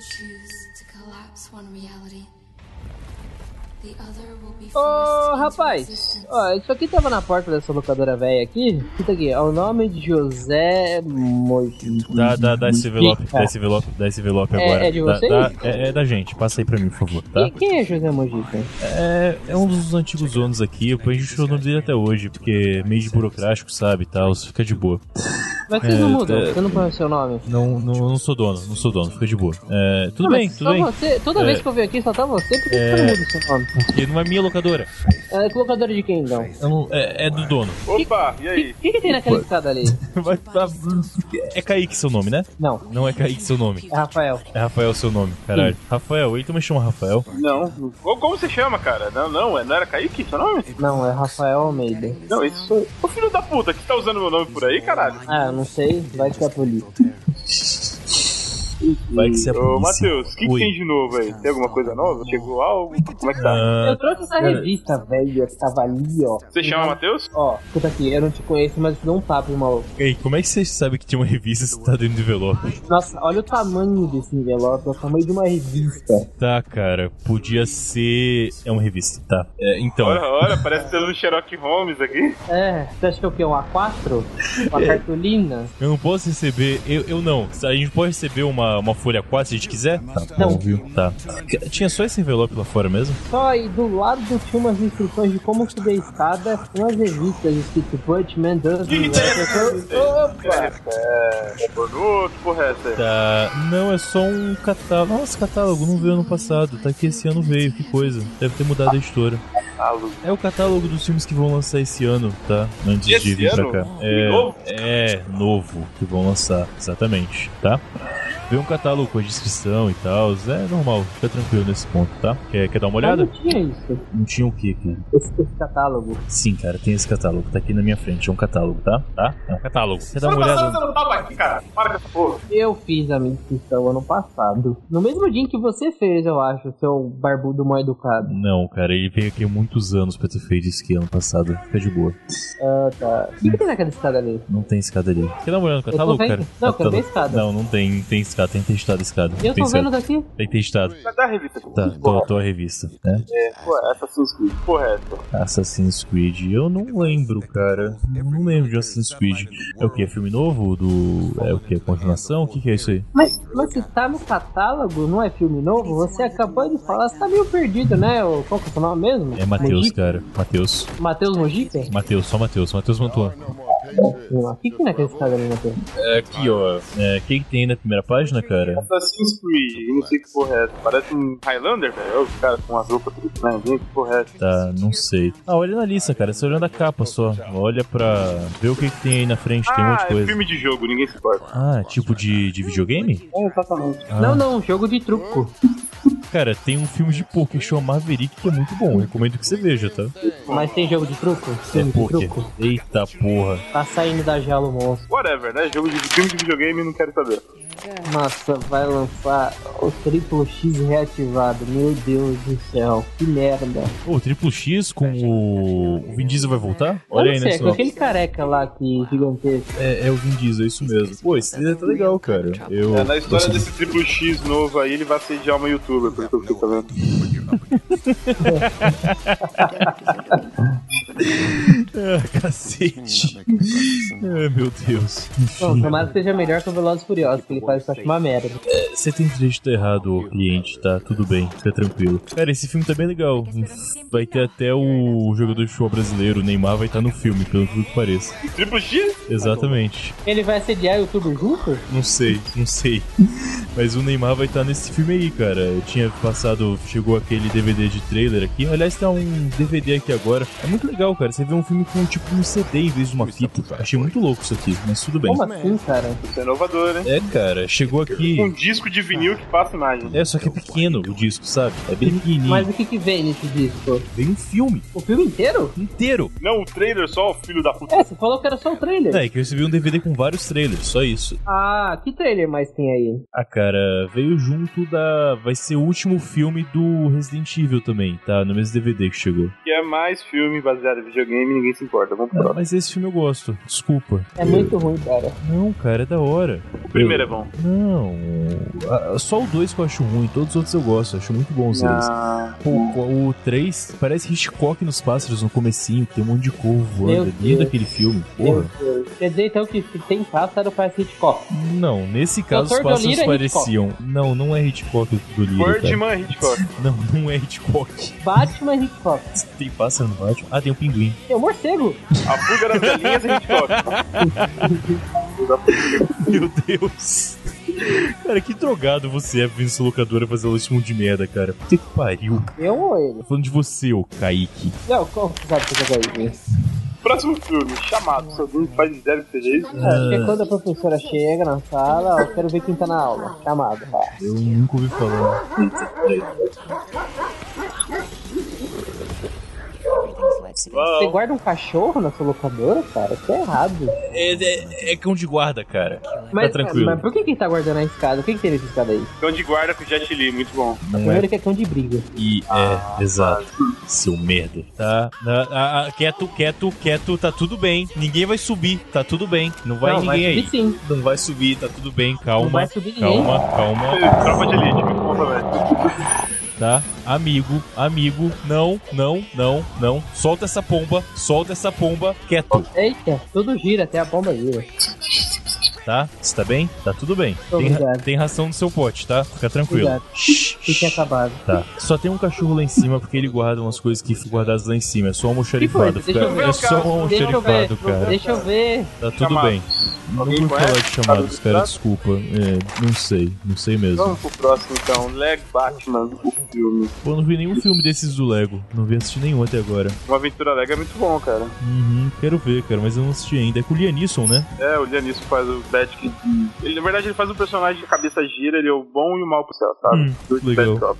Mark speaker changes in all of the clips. Speaker 1: choose to collapse one reality, the other will be
Speaker 2: Ô
Speaker 1: forced into
Speaker 2: rapaz,
Speaker 1: existence.
Speaker 2: ó, isso aqui tava na porta dessa locadora velha aqui. Isso aqui, é o nome de José Moito.
Speaker 3: Dá, dá, dá esse envelope, dá esse envelope, dá esse envelope
Speaker 2: Uhum. É-
Speaker 3: agora.
Speaker 2: é de
Speaker 3: Dá-
Speaker 2: vocês?
Speaker 3: dá- é, é da gente, passa aí pra mim, por favor, tá?
Speaker 2: Quem, quem é José Mojica?
Speaker 3: É, é um dos antigos donos aqui, a gente usou o nome dele até hoje, porque é meio de burocrático, sabe, e tal, fica de boa.
Speaker 2: Mas vocês não
Speaker 3: É,
Speaker 2: mudam,
Speaker 3: é-
Speaker 2: você não põe o seu nome.
Speaker 3: Não, não, não sou dono, não sou dono, fica de boa. É, tudo
Speaker 2: Não, mas
Speaker 3: bem,
Speaker 2: só
Speaker 3: tudo bem,
Speaker 2: Você, toda
Speaker 3: É.
Speaker 2: vez que eu venho aqui só tá você, por que que você não muda o seu nome?
Speaker 3: porque não é minha locadora,
Speaker 2: Ela é colocadora de quem então?
Speaker 3: eu não- é, é do dono.
Speaker 4: Opa, e
Speaker 2: O que,
Speaker 4: aí?
Speaker 2: que que tem naquela escada ali?
Speaker 3: Vai-
Speaker 2: tá
Speaker 3: vai- É Kaique seu nome, né?
Speaker 2: Não,
Speaker 3: Não é Kaique seu nome,
Speaker 2: é Rafael.
Speaker 3: é Rafael seu nome, caralho. Rafael, ele também chama Rafael.
Speaker 4: Não. Como, como você chama, cara? Não, não, é- não era Kaique seu nome?
Speaker 2: Não, é Rafael Almeida.
Speaker 4: Não, isso sou. Ô filho da puta, que tá usando meu nome por aí, caralho?
Speaker 2: Ah, não sei, vai que é a polícia.
Speaker 3: Vai que você é
Speaker 4: Ô,
Speaker 3: polícia.
Speaker 4: Matheus, o que, que
Speaker 3: Oi.
Speaker 4: tem de novo aí? Tem alguma coisa nova? Chegou algo? Como é que tá?
Speaker 3: Ah,
Speaker 2: Eu trouxe essa revista, velho, que tava ali, ó.
Speaker 4: Você chama Matheus?
Speaker 2: Ó, escuta aqui, eu não te conheço, mas eu te dou um papo, maluco.
Speaker 3: Ei, como é que você sabe que tinha uma revista se tá dentro do envelope?
Speaker 2: Nossa, olha o tamanho desse envelope, é o tamanho de uma revista.
Speaker 3: Tá, cara, podia ser. É uma revista, tá. É, então.
Speaker 4: Ora, ora, parece ter um Sherlock Holmes aqui.
Speaker 2: É, você acha que é o quê? Um A4? Uma cartolina?
Speaker 3: Eu não posso receber. Eu, eu não. A gente pode receber uma, uma folha 4 se a gente quiser? Tá
Speaker 2: Não.
Speaker 3: viu? Tá. Tinha só esse envelope lá fora mesmo?
Speaker 2: Só aí do lado tinha umas instruções de como subir a escada, umas revistas escrito Butchman Does Opa!
Speaker 4: É Bonuto, porra, é essa aí.
Speaker 3: Tá. Não, é só um catálogo. Nossa, catálogo não veio ano passado. Tá aqui esse ano veio, que coisa. Deve ter mudado a editora.
Speaker 4: Alô.
Speaker 3: É o catálogo dos filmes que vão lançar esse ano, tá? Antes
Speaker 4: Esse
Speaker 3: de vir
Speaker 4: ano? Um
Speaker 3: pra cá. É,
Speaker 4: Novo?
Speaker 3: é, novo que vão lançar, exatamente, tá? Vem um catálogo com a descrição e tal, é normal, fica tranquilo nesse ponto, tá? Quer, quer dar uma
Speaker 2: Não
Speaker 3: olhada?
Speaker 2: tinha isso,
Speaker 3: Não tinha o quê, cara?
Speaker 2: esse, esse catálogo.
Speaker 3: Sim, cara, tem esse catálogo, tá aqui na minha frente, é um catálogo, tá? Tá? É um catálogo. Quer dar uma
Speaker 4: Ano passado
Speaker 3: olhada?
Speaker 4: você não tava aqui, cara. Para com essa porra.
Speaker 2: Eu fiz a minha inscrição ano passado. No mesmo dia em que você fez, eu acho, seu barbudo mal educado.
Speaker 3: Não, cara, ele veio aqui há muitos anos pra ter feito isso aqui ano passado. Fica de boa.
Speaker 2: Ah, tá. O que, que tem naquela escada ali?
Speaker 3: Não tem escada ali. Quer dar uma olhada no
Speaker 2: Eu tô
Speaker 3: catálogo,
Speaker 2: vendo.
Speaker 3: cara?
Speaker 2: Não, eu quero ver
Speaker 3: Catálogo.
Speaker 2: escada.
Speaker 3: Não, não tem, não tem escada, tem testado escada.
Speaker 2: Eu
Speaker 3: tem
Speaker 2: tô
Speaker 3: escada.
Speaker 2: vendo daqui.
Speaker 3: Tem testado.
Speaker 4: Vai dar a revista. aqui.
Speaker 3: Tá, tô, tô a revista, né?
Speaker 4: É, porra, Assassin's Creed. Porra, é essa.
Speaker 3: Assassin's Creed, eu não lembro, cara. Não lembro de Assassin's Creed. É o que? É filme novo? Do. É o que? Continuação? O que, que é isso aí?
Speaker 2: Mas, mas se tá no catálogo, não é filme novo? Você acabou de falar, você tá meio perdido, né? O- Qual que é o seu nome mesmo?
Speaker 3: É Matheus, cara. Matheus.
Speaker 2: Matheus Mojica?
Speaker 3: Matheus, só Matheus. Matheus Mantuan.
Speaker 2: O que, tá que tem naquela escada ali, Matheus?
Speaker 3: É aqui, ó. É, o que, que tem na primeira página, cara?
Speaker 4: Assassin's Creed, eu não sei que porra é essa. Parece um Highlander, velho. É o cara com as roupas tudo estranhas. Que porra é essa?
Speaker 3: Tá, não sei. Ah, olha na lista, cara. Você olhando a capa só. Olha pra ver o que, que tem aí na frente. Tem um monte
Speaker 4: Ah,
Speaker 3: de
Speaker 4: é
Speaker 3: coisa.
Speaker 4: filme de jogo, ninguém se importa.
Speaker 3: Ah, tipo de, de videogame?
Speaker 2: É, exatamente.
Speaker 3: Ah.
Speaker 2: Não, não, jogo de truco.
Speaker 3: Cara, tem um filme de poker chamado Maverick que é muito bom. Recomendo que você veja, tá?
Speaker 2: Mas tem jogo de truco?
Speaker 3: É
Speaker 2: Filme de
Speaker 3: poker.
Speaker 2: truco?
Speaker 3: Eita porra.
Speaker 2: Tá saindo da Gelo Monstro.
Speaker 4: Whatever, né? Jogo de filme de videogame, não quero saber.
Speaker 2: Nossa, vai lançar o Triple X reativado. Meu Deus do céu, que merda.
Speaker 3: Ô, o Triplo X com o. O Vin Diesel vai voltar? Olha aí,
Speaker 2: Não sei,
Speaker 3: né,
Speaker 2: é com
Speaker 3: senão.
Speaker 2: aquele careca lá que gigantesco.
Speaker 3: É, é o Vin Diesel, é isso mesmo. Pô, esse trailer tá legal, cara. Eu.
Speaker 4: É, na história desse Triple X novo aí, ele vai assediar uma youtuber, pelo que eu fiquei sabendo.
Speaker 3: Ah, cacete. Ai, meu Deus.
Speaker 2: Bom, tomara que seja melhor que o Velozes e Furiosos, que ele faz isso acho uma merda.
Speaker 3: É, Você tem direito errado, ô cliente, tá? Tudo bem, fica tranquilo. Cara, esse filme tá bem legal. Vai ter até o jogador de futebol brasileiro, o Neymar, vai estar no filme, pelo que pareça.
Speaker 4: Triple X?
Speaker 3: Exatamente.
Speaker 2: Ele vai assediar o YouTube junto?
Speaker 3: Não sei, não sei. Mas o Neymar vai estar nesse filme aí, cara. Eu tinha passado, chegou aquele DVD de trailer aqui. Aliás, tá um DVD aqui agora. É muito legal, cara. Você vê um filme com tipo um CD em vez de uma fita. Achei muito louco isso aqui, mas tudo bem.
Speaker 2: Como assim, cara?
Speaker 4: Isso é inovador, né?
Speaker 3: É, cara, chegou
Speaker 4: Um
Speaker 3: aqui.
Speaker 4: disco de vinil que passa imagem.
Speaker 3: É, só que é pequeno o disco, sabe? É bem
Speaker 2: Mas
Speaker 3: pequenininho.
Speaker 2: o que que vem nesse disco?
Speaker 3: Vem um filme
Speaker 2: O filme inteiro?
Speaker 3: inteiro.
Speaker 4: Não, o trailer só, o filho da puta.
Speaker 2: É, você falou que era só o trailer.
Speaker 3: É, que eu recebi um DVD com vários trailers, só isso.
Speaker 2: Ah, que trailer mais tem aí?
Speaker 3: Ah, cara, veio junto da. Vai ser o último filme do Resident Evil também, tá? No mesmo DVD que chegou.
Speaker 4: Que é mais filme baseado em videogame, ninguém se importa. Vamos pro
Speaker 3: Ah,
Speaker 4: próximo.
Speaker 3: mas esse filme eu gosto, desculpa.
Speaker 2: É muito ruim, cara.
Speaker 3: Não, cara, é da hora.
Speaker 4: O primeiro é bom.
Speaker 3: Não, a- só o 2 que eu acho ruim, todos os outros eu gosto, acho muito bons eles.
Speaker 4: Ah,
Speaker 3: O 3 parece Hitchcock nos pássaros no comecinho, tem um monte de
Speaker 2: Meu
Speaker 3: corvo voando. É
Speaker 2: Deus.
Speaker 3: lindo aquele filme, porra.
Speaker 2: Quer dizer então que se tem pássaro parece Hitchcock.
Speaker 3: Não, nesse caso os
Speaker 2: Doutor
Speaker 3: pássaros
Speaker 2: Dolittle é
Speaker 3: pareciam. Não, não é Hitchcock do livro. Cara.
Speaker 4: Birdman Hitchcock.
Speaker 3: Não, não é Hitchcock.
Speaker 2: Batman é Hitchcock.
Speaker 3: Tem pássaro no Batman. Ah, tem um pinguim.
Speaker 2: Tem um morcego.
Speaker 4: A fuga das galinhas é Hitchcock.
Speaker 3: Meu Deus. Cara, que drogado você é vindo sua locadora fazer listão de merda, cara. Puta que pariu.
Speaker 2: Eu ou ele?
Speaker 3: Falando de você, ô Kaique.
Speaker 2: Não, como você sabe que é você joga isso?
Speaker 4: Próximo filme, Chamado. Se alguém faz ideia que seja isso.
Speaker 2: É,
Speaker 3: Ah.
Speaker 2: porque quando a professora chega na sala, ó, eu quero ver quem tá na aula. Chamado. Ah,
Speaker 3: Eu nunca ouvi falar.
Speaker 4: Uau.
Speaker 2: Você guarda um cachorro na sua locadora, cara? Isso é errado.
Speaker 3: É, é, é cão de guarda, cara. Tá
Speaker 2: Mas,
Speaker 3: tranquilo.
Speaker 2: mas por que que ele tá guardando a escada? O que que tem nessa escada aí?
Speaker 4: Cão de guarda com Jet Li, muito bom.
Speaker 3: Não é
Speaker 2: Primeiro que é cão de briga.
Speaker 3: E é, exato. Seu merda. Tá. na- a- a- quieto, quieto, quieto, tá tudo bem. Ninguém vai subir, tá tudo bem. Não vai
Speaker 2: não,
Speaker 3: ninguém
Speaker 2: subir
Speaker 3: aí.
Speaker 2: sim.
Speaker 3: Não vai subir, tá tudo bem,
Speaker 2: Não vai
Speaker 3: calma.
Speaker 2: subir ninguém.
Speaker 3: Calma, calma,
Speaker 4: Tropa de elite, muito bom também.
Speaker 3: tá? Amigo, amigo, não, não, não, não. Solta essa pomba, solta essa pomba, quieto,
Speaker 2: Eita, tudo gira, até a bomba gira.
Speaker 3: tá? Você tá bem? Tá tudo bem. Tem, ra-
Speaker 2: Obrigado.
Speaker 3: tem ração no seu pote, tá? Fica tranquilo.
Speaker 2: Obrigado.
Speaker 3: Shh,
Speaker 2: Fique
Speaker 3: shh.
Speaker 2: acabado.
Speaker 3: Tá. Só tem um cachorro lá em cima porque ele guarda umas coisas que ficam guardadas lá em cima. É só um almoxarifado.
Speaker 2: Que foi? Deixa eu
Speaker 3: cara.
Speaker 2: ver
Speaker 3: É
Speaker 4: o
Speaker 3: só um
Speaker 2: Deixa eu ver,
Speaker 3: almoxarifado, cara.
Speaker 2: deixa eu ver.
Speaker 3: Tá tudo
Speaker 4: Chamados.
Speaker 3: bem. Não
Speaker 4: Alguém
Speaker 3: vou falar
Speaker 4: conhece?
Speaker 3: de chamados, cara.
Speaker 4: Tá?
Speaker 3: Desculpa. É, não sei. Não sei mesmo.
Speaker 4: Vamos pro próximo então, Leg Batman, o filme.
Speaker 3: Pô, não vi nenhum filme desses do Lego. Não vi assistir nenhum até agora.
Speaker 4: Uma aventura Lego é muito bom, cara.
Speaker 3: Uhum, quero ver, cara, mas eu não assisti ainda. É com o Lianisson, né?
Speaker 4: É, o Lianisson faz o Bad Kid. Ele, na verdade, ele faz um personagem de cabeça gira, ele é o bom e o mal pro céu, sabe?
Speaker 3: Hum,
Speaker 4: Do Bad
Speaker 3: legal.
Speaker 4: Cop.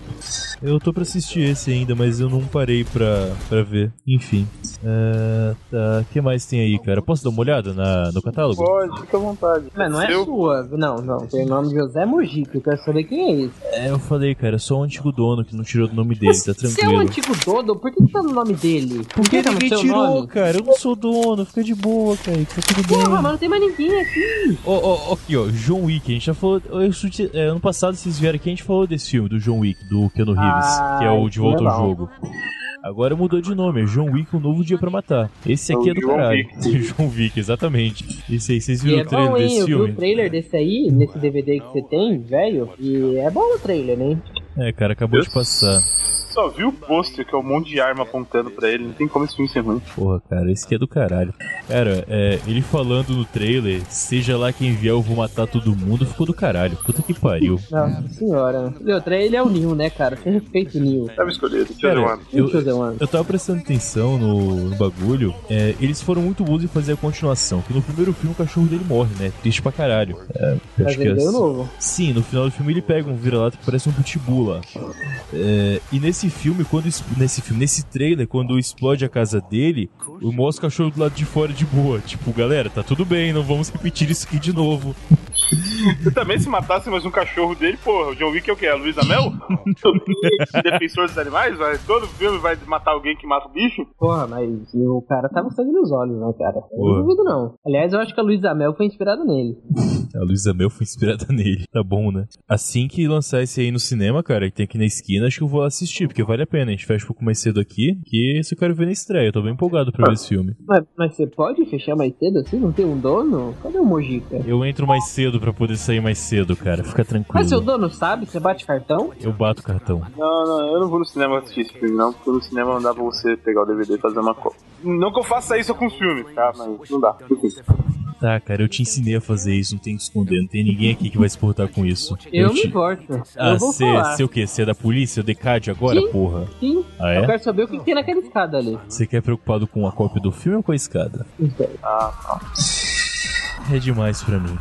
Speaker 3: Eu tô pra assistir esse ainda, mas eu não parei pra, pra ver. Enfim. É, tá. O que mais tem aí, cara? Posso dar uma olhada na, no catálogo?
Speaker 4: Pode, fica à vontade.
Speaker 2: Mas não é
Speaker 4: Seu-
Speaker 2: sua. Não, não. Tem o nome de José Mujica. Eu quero saber quem é esse.
Speaker 3: É, eu falei, cara, é só o antigo dono que não tirou do nome dele, tá
Speaker 2: Você é o
Speaker 3: tranquilo.
Speaker 2: antigo dono, por que que tá no nome dele? Por que tá no
Speaker 3: ninguém
Speaker 2: seu
Speaker 3: tirou,
Speaker 2: nome?
Speaker 3: cara. Eu não sou dono, fica de boa, cara. Tá tudo bem.
Speaker 2: Porra, mas não tem mais ninguém aqui.
Speaker 3: Ó, ó, ó, aqui, ó, John Wick, a gente já falou. eu sugeri- é, ano passado vocês vieram aqui, a gente falou desse filme, do John Wick, do Keanu Reeves,
Speaker 2: Ah,
Speaker 3: que é o De
Speaker 2: isso
Speaker 3: Volta
Speaker 2: é
Speaker 3: ao
Speaker 2: bom.
Speaker 3: Jogo. Agora mudou de nome, é John Wick, um novo dia pra matar. Esse aqui
Speaker 4: É
Speaker 3: é
Speaker 4: o
Speaker 3: do
Speaker 4: John
Speaker 3: caralho. John Wick, exatamente. Esse aí, vocês
Speaker 2: E
Speaker 3: viram
Speaker 2: é
Speaker 3: o trailer
Speaker 2: bom, hein?
Speaker 3: desse
Speaker 2: Eu vi
Speaker 3: filme?
Speaker 2: o trailer desse aí, nesse DVD que você tem, velho. E é bom o trailer, né?
Speaker 3: É, cara, acabou de passar.
Speaker 4: Só viu o pôster, que é um monte de arma apontando pra ele, não tem como esse filme ser ruim.
Speaker 3: Porra, cara, esse aqui é do caralho. Cara, é, ele falando no trailer, seja lá quem vier, eu vou matar todo mundo, ficou do caralho. Puta que pariu.
Speaker 2: Nossa senhora. E outra, ele é o Nil, né, cara? Você respeita o Nil.
Speaker 4: Sabe escolher, deixa eu ver
Speaker 3: Cara,
Speaker 4: uma.
Speaker 3: eu,
Speaker 2: Deixa eu ver um ano.
Speaker 3: Eu tava prestando atenção no, no bagulho. É, eles foram muito bons em fazer a continuação. Que no primeiro filme o cachorro dele morre, né? Triste pra caralho. É, eu
Speaker 2: Mas
Speaker 3: acho que
Speaker 2: ele
Speaker 3: é
Speaker 2: deu
Speaker 3: assim.
Speaker 2: um novo.
Speaker 3: Sim, no final do filme ele pega um vira-lata que parece um pitbull lá. É, e nesse filme, quando es- nesse filme, nesse trailer, quando explode a casa dele, eu mostro o cachorro do lado de fora de boa. Tipo, galera, tá tudo bem, não vamos repetir isso aqui de novo.
Speaker 4: Se também se matasse mais um cachorro dele, porra, o John Wick é o quê? A Luísa Mel? Defensor dos animais? Vai, todo filme vai matar alguém que mata o bicho?
Speaker 2: Porra, mas o cara tava com sangue nos olhos, né, cara? Eu
Speaker 3: Porra.
Speaker 2: Não duvido, não. Aliás, eu acho que a Luísa Mel foi inspirada nele.
Speaker 3: A Luísa Mel foi inspirada nele, tá bom, né? Assim que lançar esse aí no cinema, cara, que tem aqui na esquina, acho que eu vou assistir, porque vale a pena. A gente fecha um pouco mais cedo aqui, que isso eu quero ver na estreia. Eu tô bem empolgado pra ver esse filme.
Speaker 2: Mas, mas você pode fechar mais cedo assim? Não tem um dono? Cadê o Mojica?
Speaker 3: Eu entro mais cedo pra poder sair mais cedo, cara. Fica
Speaker 2: Mas seu
Speaker 3: tranquilo.
Speaker 2: dono sabe? Você bate cartão?
Speaker 3: Eu bato o cartão.
Speaker 4: Não, não, eu não vou no cinema assistir esse filme, não, porque no cinema não dá pra você pegar o DVD e fazer uma coisa. Não que eu faça isso com os filmes, tá? Mas não dá. Enfim.
Speaker 3: Tá, cara, eu te ensinei a fazer isso, não tem que esconder. Não tem ninguém aqui que vai se portar com isso.
Speaker 2: Eu, me
Speaker 3: te...
Speaker 2: importo.
Speaker 3: Ah,
Speaker 2: eu vou falar.
Speaker 3: você o quê? Você é da polícia? Decade agora,
Speaker 2: Sim.
Speaker 3: porra?
Speaker 2: Sim.
Speaker 3: Ah,
Speaker 2: Eu
Speaker 3: é?
Speaker 2: quero saber o que que tem naquela escada ali.
Speaker 3: Você quer preocupado com a cópia do filme ou com a escada?
Speaker 4: Ah,
Speaker 3: É demais pra mim.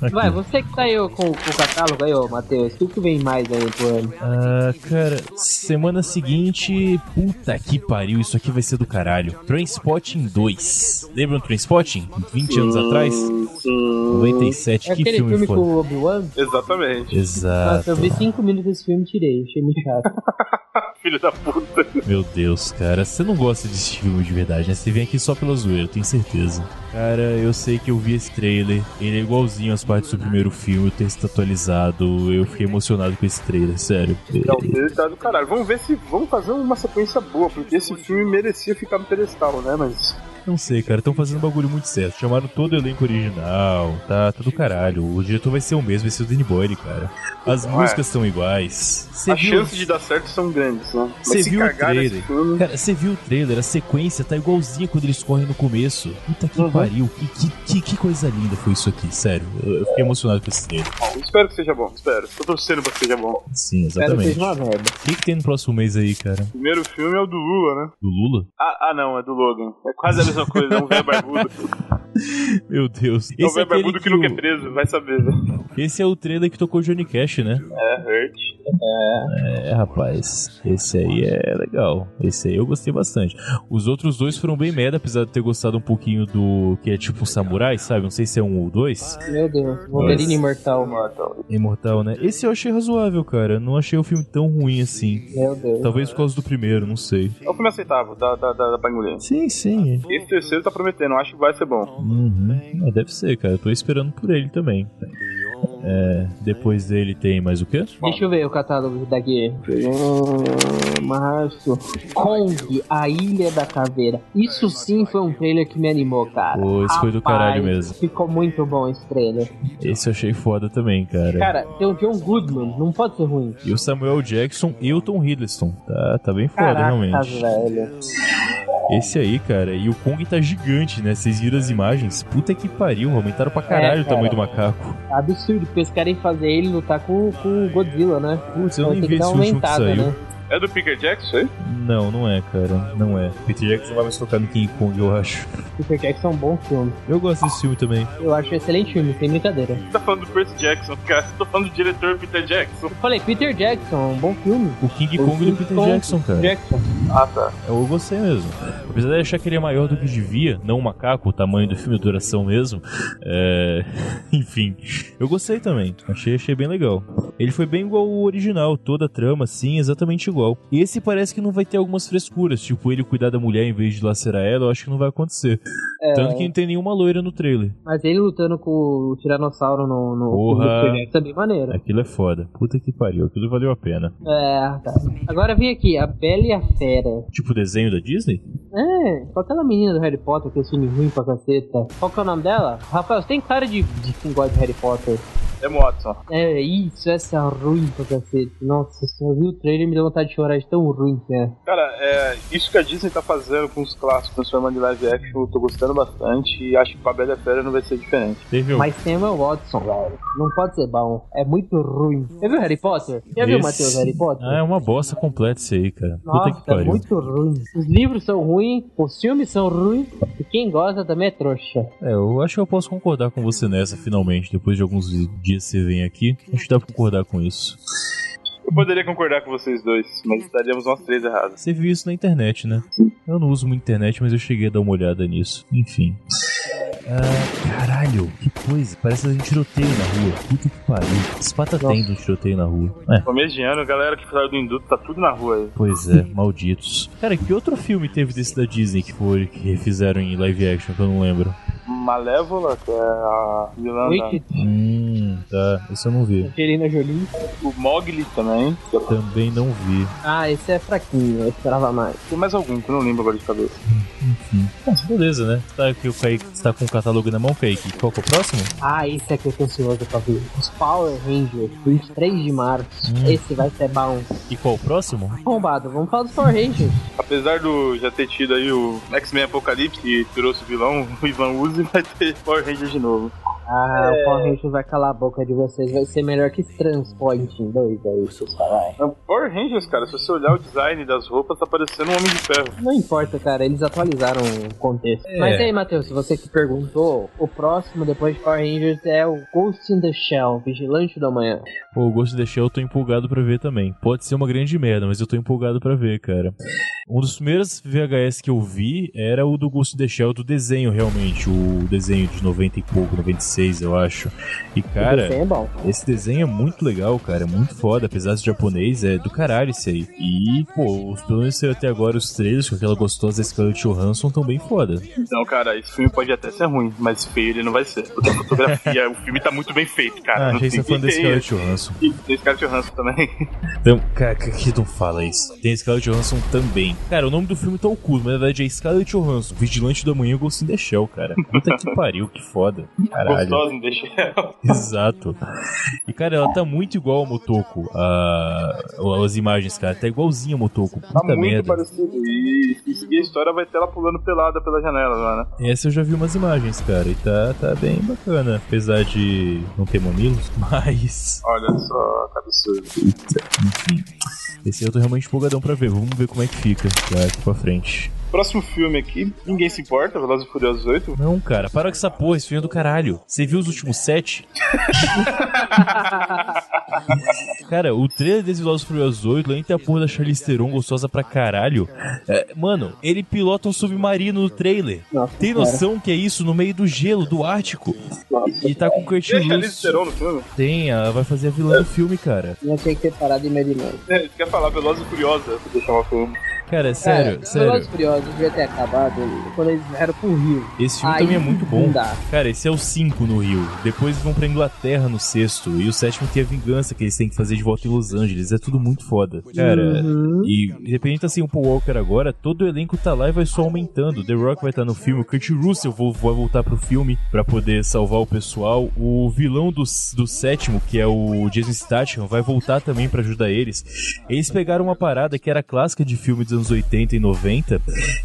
Speaker 3: Aqui.
Speaker 2: Vai, você que saiu com, com o catálogo aí, ô, Matheus. O que que vem mais aí pro ano?
Speaker 3: Ah, cara, semana seguinte. Puta que pariu, isso aqui vai ser do caralho. Transpotting 2. Lembram do Transpotting? 20 anos atrás?
Speaker 4: sim.
Speaker 3: 97,
Speaker 2: É
Speaker 3: que
Speaker 2: aquele
Speaker 3: filme,
Speaker 2: filme com
Speaker 3: foi? Ah, tá.
Speaker 2: o Obi-Wan?
Speaker 4: Exatamente.
Speaker 3: Exato.
Speaker 2: Nossa, eu vi 5 minutos desse filme e tirei. Achei muito chato.
Speaker 4: filho da puta.
Speaker 3: Meu Deus, cara, você não gosta desse filme de verdade, né? Você vem aqui só pela zoeira, tenho certeza. Cara, eu sei que eu vi esse trailer, ele é igualzinho às partes do primeiro filme, o texto tá atualizado, eu fiquei emocionado com esse trailer, sério.
Speaker 4: Não, ele tá do caralho. Vamos ver se. Vamos fazer uma sequência boa, porque esse filme merecia ficar no pedestal, né? Mas.
Speaker 3: Não sei, cara, estão fazendo um bagulho muito certo. Chamaram todo o elenco original, tá, tá do caralho. O diretor vai ser o mesmo, vai ser o Danny Boyle, cara. As
Speaker 4: Ué.
Speaker 3: músicas são iguais. Cê
Speaker 4: As
Speaker 3: viu-
Speaker 4: chances de dar certo são grandes, né? Mas
Speaker 3: Você
Speaker 4: se
Speaker 3: viu o
Speaker 4: cagar nesse
Speaker 3: trailer?
Speaker 4: filme-
Speaker 3: Cara, você viu o trailer, a sequência tá igualzinha quando eles correm no começo. Puta que
Speaker 2: Uhum.
Speaker 3: pariu, que, que, que, que coisa linda foi isso aqui, sério. Eu, eu fiquei emocionado com esse trailer.
Speaker 4: Bom, espero que seja bom, espero. Tô torcendo pra que seja bom.
Speaker 3: Sim,
Speaker 2: Espero que
Speaker 3: exatamente.
Speaker 2: seja uma
Speaker 3: O
Speaker 2: merda.
Speaker 3: que, que tem no próximo mês aí, cara?
Speaker 4: O primeiro filme é o do Lula, né?
Speaker 3: Do Lula?
Speaker 4: Ah, ah, não, é do Logan. É quase a mesma coisa, é um velho barbudo.
Speaker 3: Meu Deus. Esse
Speaker 4: É um
Speaker 3: é,
Speaker 4: velho
Speaker 3: aquele
Speaker 4: barbudo
Speaker 3: que
Speaker 4: que nunca é
Speaker 3: o-
Speaker 4: preso, vai saber, né?
Speaker 3: Esse é o trailer que tocou o Johnny Cash, né?
Speaker 4: É, Hurt.
Speaker 3: É, rapaz. Esse aí é legal. Esse aí eu gostei bastante. Os outros dois foram bem merda, apesar de eu ter gostado um pouquinho do... Que é tipo um samurai, sabe? Não sei se é um ou dois.
Speaker 2: Meu Deus, Wolverine imortal.
Speaker 3: Imortal, né? Esse eu achei razoável, cara. Não achei o filme tão ruim assim.
Speaker 2: Meu Deus.
Speaker 3: Talvez por causa do primeiro, não sei.
Speaker 4: É o filme aceitável, da, da, da, da Pangolin.
Speaker 3: Sim, sim.
Speaker 4: Esse terceiro tá prometendo, acho que vai ser bom.
Speaker 3: Uhum. É, deve ser, cara. Eu tô esperando por ele também. É, depois dele tem mais o quê?
Speaker 2: Deixa eu ver o catálogo daqui. Hum, Março. Kong, A Ilha da Caveira. Isso sim foi um trailer que me animou, cara.
Speaker 3: Pô, esse foi do
Speaker 2: Rapaz,
Speaker 3: caralho mesmo.
Speaker 2: Ficou muito bom esse trailer.
Speaker 3: Esse eu achei foda também, cara.
Speaker 2: Cara, tem o John Goodman, não pode ser ruim.
Speaker 3: E o Samuel Jackson e o Tom Hiddleston. Tá, tá bem foda,
Speaker 2: Caraca,
Speaker 3: realmente.
Speaker 2: velho.
Speaker 3: Esse aí, cara. E o Kong tá gigante, né? Vocês viram as imagens? Puta que pariu, aumentaram pra caralho
Speaker 2: É,
Speaker 3: o
Speaker 2: cara.
Speaker 3: tamanho do macaco.
Speaker 2: Absurdo, porque eles querem fazer ele lutar com, com o Godzilla, né?
Speaker 3: Putz, eu
Speaker 2: Vai
Speaker 3: nem
Speaker 2: ter que
Speaker 3: vi
Speaker 2: dar
Speaker 3: esse último que
Speaker 2: aumentada,
Speaker 3: saiu.
Speaker 2: né?
Speaker 4: É do Peter Jackson, isso aí?
Speaker 3: Não, não é, cara. Não é. Peter Jackson vai mais tocar no King Kong, eu acho.
Speaker 2: Peter Jackson é um bom filme.
Speaker 3: Eu gosto desse filme também.
Speaker 2: Eu acho um excelente filme, sem brincadeira.
Speaker 4: Você tá falando do Percy Jackson, cara. Você tá falando do diretor Peter Jackson.
Speaker 2: Eu falei, Peter Jackson, um bom filme.
Speaker 3: O King Kong do Peter
Speaker 2: Kong,
Speaker 3: Jackson, cara.
Speaker 2: Jackson.
Speaker 4: Ah, tá.
Speaker 3: Eu gostei É mesmo. Apesar de achar que ele é maior do que devia, não o macaco, o tamanho do filme, a duração mesmo. é, Enfim, eu gostei também. Achei, achei bem legal. Ele foi bem igual o original, toda a trama, sim, exatamente igual. Esse parece que não vai ter algumas frescuras, tipo ele cuidar da mulher em vez de lacerar ela, eu acho que não vai acontecer.
Speaker 2: É.
Speaker 3: Tanto que não tem nenhuma loira no trailer.
Speaker 2: Mas ele lutando com o Tiranossauro no, no
Speaker 3: Porra.
Speaker 2: filme do Peter Jackson é bem maneiro.
Speaker 3: Aquilo é foda. Puta que pariu, aquilo valeu a pena.
Speaker 2: É, tá. Agora vem aqui, a Bela e a Fera.
Speaker 3: Tipo o desenho da Disney?
Speaker 2: É, com aquela menina do Harry Potter, que é filme ruim pra caceta. Qual que é o nome dela? Rafael, você tem cara de, de quem gosta de Harry Potter.
Speaker 4: É Watson.
Speaker 2: É, isso, essa é ruim pra cacete. Nossa, se eu vi o trailer me deu vontade de chorar de tão ruim que é.
Speaker 4: Cara, é, isso que a Disney tá fazendo com os clássicos, transformando em live action, eu tô gostando bastante e acho que pra Bela e a Fera não vai ser diferente.
Speaker 3: Teve um.
Speaker 2: Mas Samuel Watson, velho, não pode ser bom. É muito ruim. Já viu Harry Potter? Já viu,
Speaker 3: Esse-
Speaker 2: Matheus, Harry Potter?
Speaker 3: Ah, é uma bosta completa isso aí, cara. Puta
Speaker 2: Nossa, tá é
Speaker 3: que pariu.
Speaker 2: muito ruim. Os livros são ruins, os filmes são ruins, e quem gosta também é trouxa.
Speaker 3: É, eu acho que eu posso concordar com você nessa, finalmente. Depois de alguns dias você vem aqui, acho que dá pra concordar com isso.
Speaker 4: Eu poderia concordar com vocês dois, mas estaríamos nós três errados.
Speaker 3: Você viu isso na internet, né? Eu não uso muito internet, mas eu cheguei a dar uma olhada nisso. Enfim. Ah, caralho, que coisa. Parece um tiroteio na rua. Puta que pariu. Espata tem do tiroteio na rua. É,
Speaker 4: Começo de ano, a galera que saiu do induto tá tudo na rua aí.
Speaker 3: pois é, malditos. Cara, que outro filme teve desse da Disney que foi que fizeram em live action que eu não lembro?
Speaker 4: Malévola, que é a vilã da-
Speaker 2: Wicked,
Speaker 3: Hum, tá. Esse eu não vi.
Speaker 2: Angelina Jolie.
Speaker 4: O Mogli também.
Speaker 3: Também não vi.
Speaker 2: Ah, esse é fraquinho, eu esperava mais.
Speaker 4: Tem mais algum que eu não lembro agora de cabeça.
Speaker 3: Mas beleza, né? Tá que o Kaique está com o catálogo na mão, Kaique. Qual que é o próximo?
Speaker 2: Ah, esse aqui eu tô ansioso pra ver. Os Power Rangers, 23 de março.
Speaker 3: Hum.
Speaker 2: Esse vai ser bom.
Speaker 3: E qual o próximo?
Speaker 2: Bombado, vamos falar dos Power Rangers.
Speaker 4: Apesar do já ter tido aí o X-Men Apocalipse que trouxe o vilão, o Ivan Uzi, vai ter Power Rangers de novo.
Speaker 2: Ah, o Power Rangers vai calar a boca de vocês, vai ser melhor que Transpointing 2 aí, seus caralho.
Speaker 4: Não, Ah, Power Rangers, cara, se você olhar o design das roupas, tá parecendo um Homem de Ferro.
Speaker 2: Não importa, cara, eles atualizaram o contexto.
Speaker 3: É.
Speaker 2: Mas aí, Matheus, se você que perguntou, o próximo depois de Power Rangers é o Ghost in the Shell, Vigilante do Amanhã.
Speaker 3: Pô, o Ghost in the Shell eu tô empolgado pra ver também. Pode ser uma grande merda, mas eu tô empolgado pra ver, cara. Um dos primeiros VHS que eu vi era o do Ghost in the Shell do desenho, realmente. O desenho de 90 e pouco, 95, 2016, eu acho. E, cara,
Speaker 2: desenho é bom.
Speaker 3: esse desenho é muito legal, cara. É muito foda. Apesar de ser japonês, é do caralho isso aí. E, pô, os, pelo menos saiu até agora os trailers com aquela gostosa Scarlett Johansson tão bem foda.
Speaker 4: Então, cara, esse filme pode até ser ruim, mas feio ele não vai ser. Porque a fotografia, o filme tá muito bem feito,
Speaker 3: Ah,
Speaker 4: cara. não
Speaker 3: achei que você
Speaker 4: tem
Speaker 3: é fã da Scarlett Johansson.
Speaker 4: E tem Scarlett Johansson também.
Speaker 3: Então, cara, que- que não fala isso? Tem a Scarlett Johansson também. Cara, o nome do filme tá oculto, mas na verdade é Scarlett Johansson, Vigilante do Amanhã Ghost in the Shell, cara. Puta que pariu, que foda. Caralho.
Speaker 4: Gostoso, não deixa.
Speaker 3: Exato. E, cara, ela tá muito igual a Motoko. A... As imagens, cara. Tá igualzinha a Motoko. Puta
Speaker 4: Tá muito
Speaker 3: merda.
Speaker 4: parecido. E, e seguir a história vai ter ela pulando pelada pela janela lá, né?
Speaker 3: Essa eu já vi umas imagens, cara. E tá, tá bem bacana. Apesar de não ter mamilos, mas.
Speaker 4: Olha só, que absurdo.
Speaker 3: Enfim. Esse eu tô realmente empolgadão pra ver. Vamos ver como é que fica daqui pra frente.
Speaker 4: Próximo filme aqui, ninguém se importa, Velozes e Furiosos 8.
Speaker 3: Não, cara, para com essa porra, esse filme é do caralho. Você viu os últimos sete? cara, o trailer desse Velozes e Furiosos 8, além de ter a porra da Charlize Theron gostosa pra caralho, é, mano, ele pilota um submarino no trailer.
Speaker 2: Nossa,
Speaker 3: Tem noção que é isso no meio do gelo, do Ártico? E tá com o Kurt
Speaker 4: Tem a Charlize
Speaker 3: Lewis.
Speaker 4: Theron no filme?
Speaker 3: Tem, ela vai fazer a vilã do filme, cara.
Speaker 2: Não tinha que ter parado em meio de novo.
Speaker 4: É, quer falar Velozes e né? Furiosa, se deixar uma filme.
Speaker 3: Cara,
Speaker 2: Cara,
Speaker 3: sério,
Speaker 2: Velozes
Speaker 3: sério.
Speaker 2: e Furiosos devia ter acabado quando eles vieram pro Rio.
Speaker 3: Esse filme
Speaker 2: Aí
Speaker 3: também é muito bom.
Speaker 2: Não dá.
Speaker 3: Cara, esse é o 5 no Rio. Depois eles vão pra Inglaterra no sexto. E o sétimo tem a vingança que eles têm que fazer de volta em Los Angeles. É tudo muito foda. Cara, e independente assim, o Paul Walker agora, todo o elenco tá lá e vai só aumentando. The Rock vai estar no filme, o Kurt Russell vo- vai voltar pro filme pra poder salvar o pessoal. O vilão do, s- do sétimo, que é o Jason Statham, vai voltar também pra ajudar eles. Eles pegaram uma parada que era clássica de filme dos anos 80 e 90,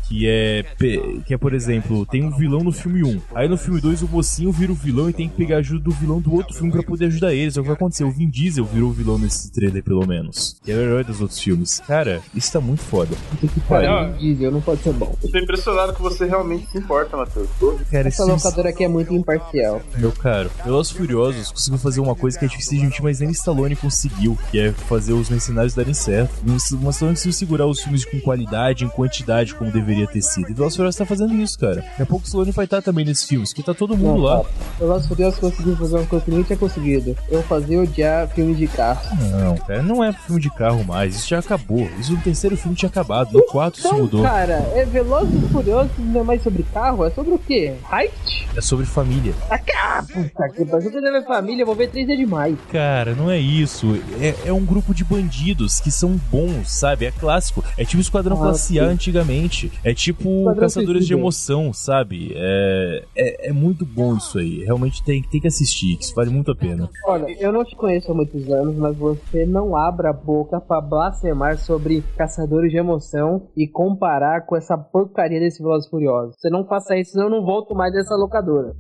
Speaker 3: que é, pe- que é por exemplo, tem um vilão no filme 1. Aí no filme 2 o mocinho vira o vilão e tem que pegar a ajuda do vilão do outro filme pra poder ajudar eles. É o que vai acontecer. O Vin Diesel virou o vilão nesse trailer, pelo menos. Que é o herói dos outros filmes. Cara, isso tá muito foda. Puta que pariu.
Speaker 2: Cara, Vin Diesel não pode ser bom.
Speaker 4: Eu tô impressionado que você realmente se importa, Matheus. Tô-
Speaker 2: Essa
Speaker 3: Cara, esse filme,
Speaker 2: locadora aqui é muito imparcial.
Speaker 3: meu caro. Velozes e Furiosos conseguiu fazer uma coisa que é difícil de gente, mas nem Stallone conseguiu, que é fazer os mercenários darem certo. Um um Stallone conseguiu segurar os filmes com qualidade, em quantidade, como deveria ter sido. E Velozes e Furiosos tá fazendo isso, cara. Daqui a pouco o Stallone vai estar também nesses filmes, que tá todo mundo
Speaker 2: Não,
Speaker 3: lá.
Speaker 2: cara, Velozes e Furiosos conseguiu fazer uma coisa que ninguém tinha conseguido. Eu fazia odiar filme de carro.
Speaker 3: Não, cara, não é filme de carro mais. Isso já acabou. Isso no terceiro filme tinha acabado. No quarto isso
Speaker 2: Então,
Speaker 3: mudou.
Speaker 2: cara, é Velozes e Furiosos não é mais sobre carro, é sobre o quê? Height?
Speaker 3: É sobre família.
Speaker 2: Puta que pariu, eu tô na minha família, eu vou ver três é demais.
Speaker 3: Cara, não é isso. É, é um grupo de bandidos que são bons, sabe? É clássico. É tipo Esquadrão
Speaker 2: Nossa.
Speaker 3: Classe A antigamente. É tipo
Speaker 2: Esquadrão
Speaker 3: Caçadores de
Speaker 2: Suicida.
Speaker 3: Emoção, sabe? É, é, é muito bom isso aí. Realmente tem, tem que assistir. Isso vale muito a pena.
Speaker 2: Olha, eu não te conheço há muitos anos, mas você não abra a boca pra blasfemar sobre caçadores de emoção e comparar com essa porcaria desse Velozes e Furiosos. Você não faça isso, senão eu não volto mais dessa locadora.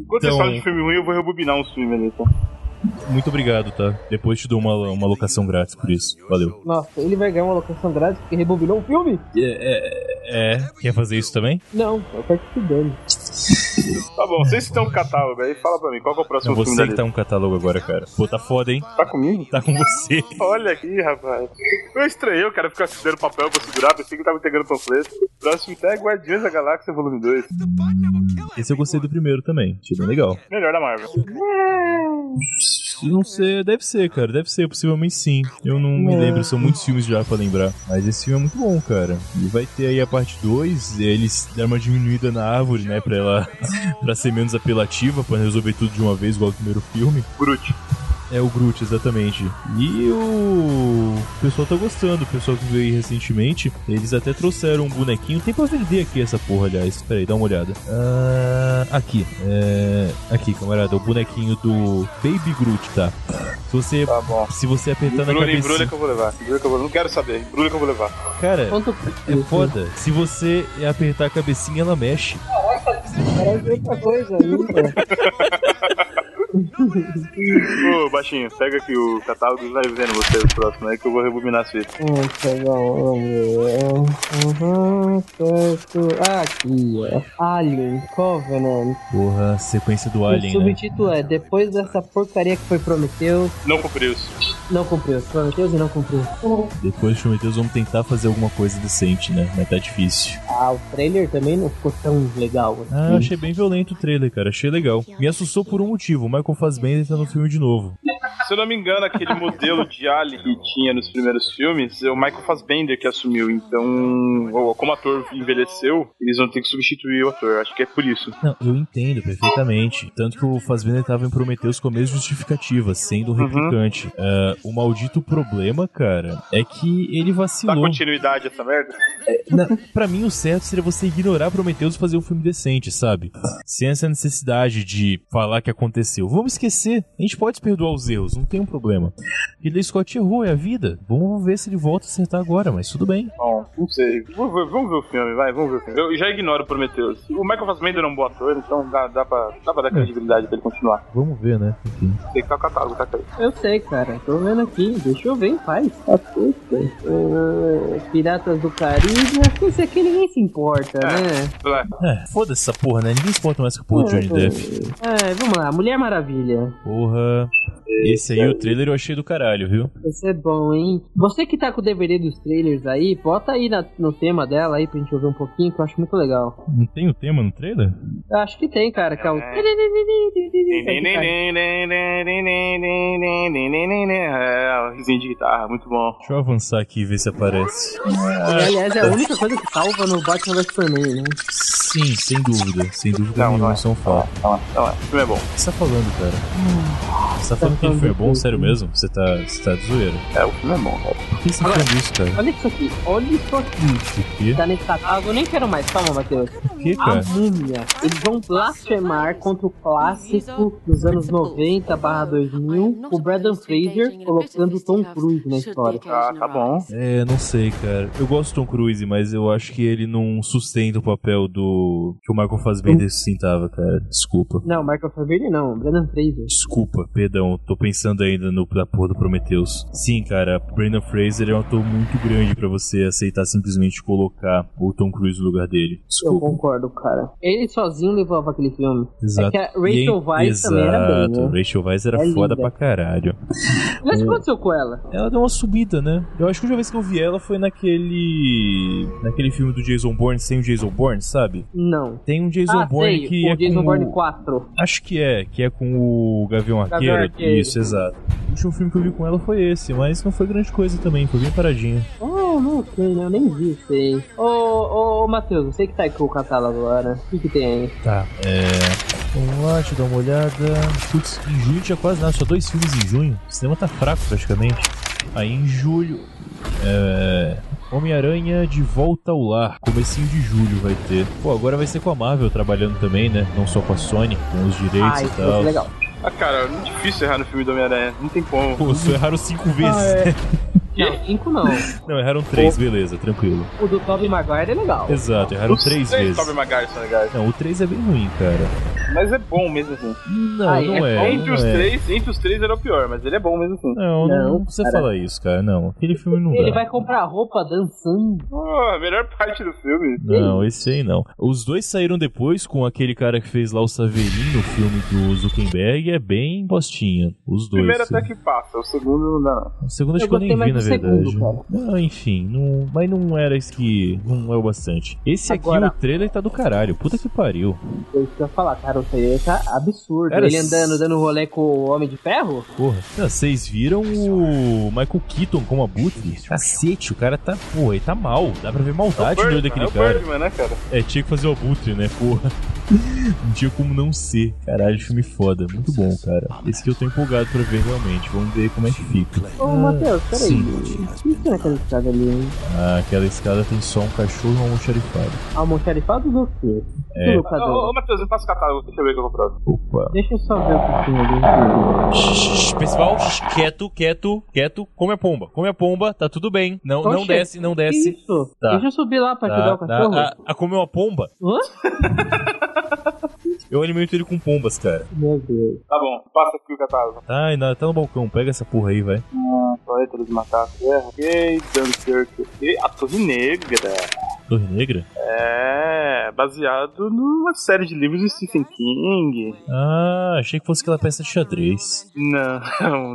Speaker 4: Enquanto
Speaker 3: Então-
Speaker 4: você fala de filme ruim, eu vou rebobinar uns filmes ali, então.
Speaker 3: Muito obrigado, tá? Depois te dou uma, uma locação grátis por isso. Valeu.
Speaker 2: Nossa, ele vai ganhar uma locação grátis porque rebobinou um filme?
Speaker 3: É, é, é. Quer fazer isso também?
Speaker 2: Não, eu quero que se dane.
Speaker 4: Tá bom, vocês estão com catálogo aí, fala pra mim, qual que é o
Speaker 3: Não,
Speaker 4: próximo filme
Speaker 3: você
Speaker 4: da
Speaker 3: que
Speaker 4: lista?
Speaker 3: tá no catálogo agora, cara. Pô, tá foda, hein?
Speaker 4: Tá comigo?
Speaker 3: Tá com você.
Speaker 4: Olha aqui, rapaz. Eu estranhei o cara ficar segurando papel pra segurar, pensei que tava entregando panfleto. Próximo tá é Guardiões da Galáxia Volume 2.
Speaker 3: Esse eu gostei do primeiro também. Achei bem legal.
Speaker 4: Melhor da Marvel.
Speaker 3: Não sei, deve ser, cara. Deve ser, possivelmente sim. Eu não me lembro, são muitos filmes já pra lembrar. Mas esse filme é muito bom, cara. E vai ter aí a parte 2, eles deram uma diminuída na árvore, né? Pra ela pra ser menos apelativa, pra resolver tudo de uma vez, igual o primeiro filme.
Speaker 4: Groot.
Speaker 3: É o Groot, exatamente. E o... o pessoal tá gostando, o pessoal que veio aí recentemente. Eles até trouxeram um bonequinho. Tem pra vender aqui essa porra, aliás. Pera aí, dá uma olhada. Ah, aqui. É... Aqui, camarada. O bonequinho do Baby Groot, tá? Se você,
Speaker 4: Tá bom.
Speaker 3: se você apertar na
Speaker 4: Embrulha, embrulha
Speaker 3: cabeça.
Speaker 4: que eu vou levar. Embrulha que eu vou Não quero saber. Embrulha que eu vou levar.
Speaker 3: Cara,
Speaker 2: Quanto
Speaker 3: é foda. Se você apertar a cabecinha, ela mexe.
Speaker 2: Parece outra coisa, nunca.
Speaker 4: Ô, baixinho, pega aqui o catálogo e vai vendo você o próximo aí que eu vou rebobinar as fitas.
Speaker 2: Nossa, não, meu. Aham, certo. Aqui, ó. Alien Covenant.
Speaker 3: Porra, sequência do
Speaker 2: o
Speaker 3: Alien, né?
Speaker 2: subtítulo é Depois dessa porcaria que foi Prometheus,
Speaker 4: Não cumpriu isso.
Speaker 2: Não cumpriu. Prometeus e não cumpriu.
Speaker 3: Depois de Prometheus, vamos tentar fazer alguma coisa decente, né? Mas tá difícil.
Speaker 2: Ah, o trailer também não ficou tão legal. assim.
Speaker 3: Ah, eu achei bem violento o trailer, cara. Achei legal. Me assustou por um motivo. O Michael Fassbender tá no filme de novo.
Speaker 4: Se eu não me engano, aquele modelo de alien que tinha nos primeiros filmes, é o Michael Fassbender que assumiu. Então, ou- como o ator envelheceu, eles vão ter que substituir o ator. Acho que é por isso.
Speaker 3: Não, eu entendo perfeitamente. Tanto que o Fassbender tava em Prometheus com a mesma justificativa, sendo um replicante. Ah, o maldito problema, cara, é que ele
Speaker 4: Dá
Speaker 3: vacilou.
Speaker 4: continuidade a essa merda?
Speaker 3: Na, pra mim, o certo seria você ignorar Prometheus e fazer um filme decente, sabe? Sem essa necessidade de falar que aconteceu. Vamos esquecer. A gente pode perdoar os erros, não tem um problema. Ridley Scott errou, é a vida. Vamos ver se ele volta a acertar agora, mas tudo bem.
Speaker 4: Bom, não sei. Vamos ver, vamos ver o filme, vai, vamos ver o filme. Eu já ignoro o Prometheus. O Michael Fassbender é um bom ator, então dá, dá, pra, dá pra dar credibilidade pra ele continuar.
Speaker 3: Vamos ver, né? Enfim.
Speaker 4: Tem que tá o catálogo, tá aí.
Speaker 2: Eu sei, cara. Tô vendo aqui. Deixa eu ver em paz. Ah, puta. Ah, Piratas do Caribe. Acho que esse aqui ninguém se importa, né?
Speaker 4: Sei lá.
Speaker 3: É, foda-se essa porra, né? Ninguém se importa mais com o porra do Johnny Depp.
Speaker 2: É, vamos lá. Mulher Maravilha.
Speaker 3: Porra. Esse aí, o trailer eu achei do caralho, viu?
Speaker 2: Esse é bom, hein? Você que tá com o DVD dos trailers aí, bota aí na- no tema dela aí pra gente ouvir um pouquinho, que eu acho muito legal.
Speaker 3: Não tem o tema no trailer?
Speaker 2: Eu acho que tem, cara, que é o...
Speaker 4: É, o risinho de guitarra, muito bom.
Speaker 3: Deixa eu avançar aqui e ver se aparece.
Speaker 2: Que, aliás, é a única coisa que salva no Batman vs Superman, né?
Speaker 3: Sim, sem dúvida. Sem dúvida
Speaker 4: Não, não
Speaker 3: nenhuma,
Speaker 4: é.
Speaker 3: são fatos.
Speaker 4: Tá lá, tá lá. O filme é bom.
Speaker 3: O que você tá falando, cara? Você tá falando que ele foi bom? Sério mesmo? Você tá, você tá de zoeira?
Speaker 4: É, o filme é bom.
Speaker 3: Por que você tá falando isso, cara?
Speaker 2: Olha isso aqui, olha isso aqui.
Speaker 3: Por quê?
Speaker 2: Tá nesse catálogo, eu nem quero mais, calma, Matheus.
Speaker 3: Por quê,
Speaker 2: A
Speaker 3: cara?
Speaker 2: múmia. Eles vão blasfemar contra o clássico dos anos 90 barra 2000, o Brandon Fraser colocando o Tom Cruise na história.
Speaker 4: Ah, tá bom.
Speaker 3: É, não sei, cara. Eu gosto do Tom Cruise, mas eu acho que ele não sustenta o papel do. que o Michael Fassbender sustentava, cara. Desculpa.
Speaker 2: Não, Michael Fassbender não, Brandon Fraser.
Speaker 3: Desculpa, perdão, tô pensando ainda no da porra do Prometheus. Sim, cara, Brandon Fraser é um ator muito grande pra você aceitar simplesmente colocar o Tom Cruise no lugar dele.
Speaker 2: Eu
Speaker 3: Desculpa.
Speaker 2: concordo, cara. Ele sozinho levava aquele filme. É
Speaker 3: Exato.
Speaker 2: que a Rachel
Speaker 3: E-
Speaker 2: Weisz também era bem,
Speaker 3: Exato,
Speaker 2: né?
Speaker 3: Rachel Weisz era
Speaker 2: É
Speaker 3: foda
Speaker 2: linda.
Speaker 3: pra caralho.
Speaker 2: Mas o que aconteceu com ela?
Speaker 3: Ela deu uma subida, né? Eu acho que a última vez que eu vi ela foi naquele. naquele filme do Jason Bourne sem o Jason Bourne, sabe?
Speaker 2: Não.
Speaker 3: Tem um Jason
Speaker 2: ah,
Speaker 3: Bourne
Speaker 2: sei,
Speaker 3: que
Speaker 2: o
Speaker 3: é
Speaker 2: Jason
Speaker 3: com
Speaker 2: Bourne
Speaker 3: o-
Speaker 2: 4.
Speaker 3: Acho que é, que é com o Gavião Arqueiro.
Speaker 2: Gavião Arqueiro.
Speaker 3: Isso, exato. O último filme que eu vi com ela foi esse, mas não foi grande coisa também, foi bem paradinho.
Speaker 2: Ah, não sei, né? Eu nem vi isso aí. Ô, ô, ô, Matheus, você que tá aí com o catálogo agora. O que que tem aí?
Speaker 3: Tá, é. Vamos lá, deixa eu dar uma olhada. Putz, em junho tinha quase nada, só dois filmes em junho. O cinema tá fraco praticamente. Aí em julho. É. Homem-Aranha de volta ao lar. Comecinho de julho vai ter. Pô, agora vai ser com a Marvel trabalhando também, né? Não só com a Sony, com os direitos
Speaker 2: ah,
Speaker 3: e
Speaker 2: isso
Speaker 3: tal.
Speaker 2: foi legal.
Speaker 4: Ah, cara, é difícil errar no filme do Homem-Aranha. Não tem como.
Speaker 3: Pô, só erraram cinco
Speaker 2: Ah,
Speaker 3: vezes.
Speaker 2: é. Não, 5 não.
Speaker 3: Não, erraram três, beleza, tranquilo.
Speaker 2: O do Tobey Maguire é legal.
Speaker 3: Exato, erraram
Speaker 4: Os
Speaker 3: três
Speaker 4: três
Speaker 3: vezes.
Speaker 4: Tobey Maguire são legais.
Speaker 3: Não, o três é bem ruim, cara.
Speaker 4: Mas é bom mesmo assim.
Speaker 3: Não,
Speaker 2: Ai,
Speaker 3: não
Speaker 2: é
Speaker 3: é.
Speaker 2: bom
Speaker 4: entre,
Speaker 3: não
Speaker 4: os
Speaker 3: é.
Speaker 4: três, entre os três era o pior, mas ele é bom mesmo assim.
Speaker 3: Não, não,
Speaker 2: Não,
Speaker 3: precisa
Speaker 2: cara.
Speaker 3: falar isso, cara. Não, aquele filme não
Speaker 2: Ele
Speaker 3: dá.
Speaker 2: vai comprar roupa
Speaker 3: É.
Speaker 2: dançando.
Speaker 4: Pô, a melhor parte do filme.
Speaker 3: Não, esse aí não. Os dois saíram depois com aquele cara que fez lá o Saverinho no filme do Zuckerberg. É bem bostinha. Os
Speaker 4: O
Speaker 3: dois.
Speaker 4: primeiro até que passa, o segundo não dá. não.
Speaker 3: O segundo acho
Speaker 2: Eu
Speaker 3: que eu
Speaker 2: gostei
Speaker 3: nem vi, na
Speaker 2: mais do
Speaker 3: verdade.
Speaker 2: segundo,
Speaker 3: Não, enfim, não- mas não era isso que. Não é o bastante. Esse aqui,
Speaker 2: Agora-
Speaker 3: o trailer tá do caralho. Puta que pariu.
Speaker 2: É Eu ia falar, cara, o trailer tá absurdo.
Speaker 3: Era
Speaker 2: Ele
Speaker 3: s-
Speaker 2: andando, dando rolê com o Homem de Ferro?
Speaker 3: Porra. Não, Vocês viram o Michael Keaton como abutre? Cacete, o cara tá. Porra, ele tá mal. Dá pra ver maldade no Tá olho
Speaker 4: Birdman, é
Speaker 3: daquele
Speaker 4: o
Speaker 3: cara.
Speaker 4: Birdman, né, cara?
Speaker 3: É, tinha que fazer o Abutre, né? Porra. Não tinha como não ser. Caralho, filme foda. Muito bom, cara. Esse que eu tô empolgado pra ver realmente. Vamos ver como é que fica.
Speaker 2: Ô, Matheus, peraí.
Speaker 3: sim.
Speaker 2: O que tem naquela escada ali, hein?
Speaker 3: Ah, aquela escada tem só um cachorro e um almoxarifado.
Speaker 2: Almoxarifado do quê?
Speaker 3: É.
Speaker 2: Do
Speaker 4: Ô, ô,
Speaker 2: locador.
Speaker 4: ô, Matheus, eu faço catálogo, deixa eu ver o que eu vou provar.
Speaker 3: Opa.
Speaker 2: Deixa eu só ver o que tem ali.
Speaker 5: Shh, Pessoal, shh, quieto, quieto, quieto. Come a pomba, come a pomba, tá tudo bem. Não, não
Speaker 2: Oxe,
Speaker 5: desce, não
Speaker 3: É,
Speaker 5: desce.
Speaker 2: Que isso?
Speaker 5: Tá.
Speaker 2: Deixa eu subir lá pra ajudar
Speaker 5: Tá,
Speaker 2: o
Speaker 5: tá,
Speaker 2: cachorro.
Speaker 5: ah, ah, comeu uma pomba?
Speaker 2: Hã?
Speaker 3: Eu alimento ele com pombas, cara.
Speaker 2: Meu Deus.
Speaker 4: Tá bom, passa aqui o catálogo.
Speaker 3: Tá, ainda tá no balcão. Pega essa porra aí, vai.
Speaker 4: Ah, Planeta dos Macacos, é, ok. Dunkirk, ok. A Torre Negra.
Speaker 3: Torre Negra?
Speaker 4: É baseado numa série de livros de Stephen King.
Speaker 3: Ah, achei que fosse aquela peça de xadrez.
Speaker 4: Não,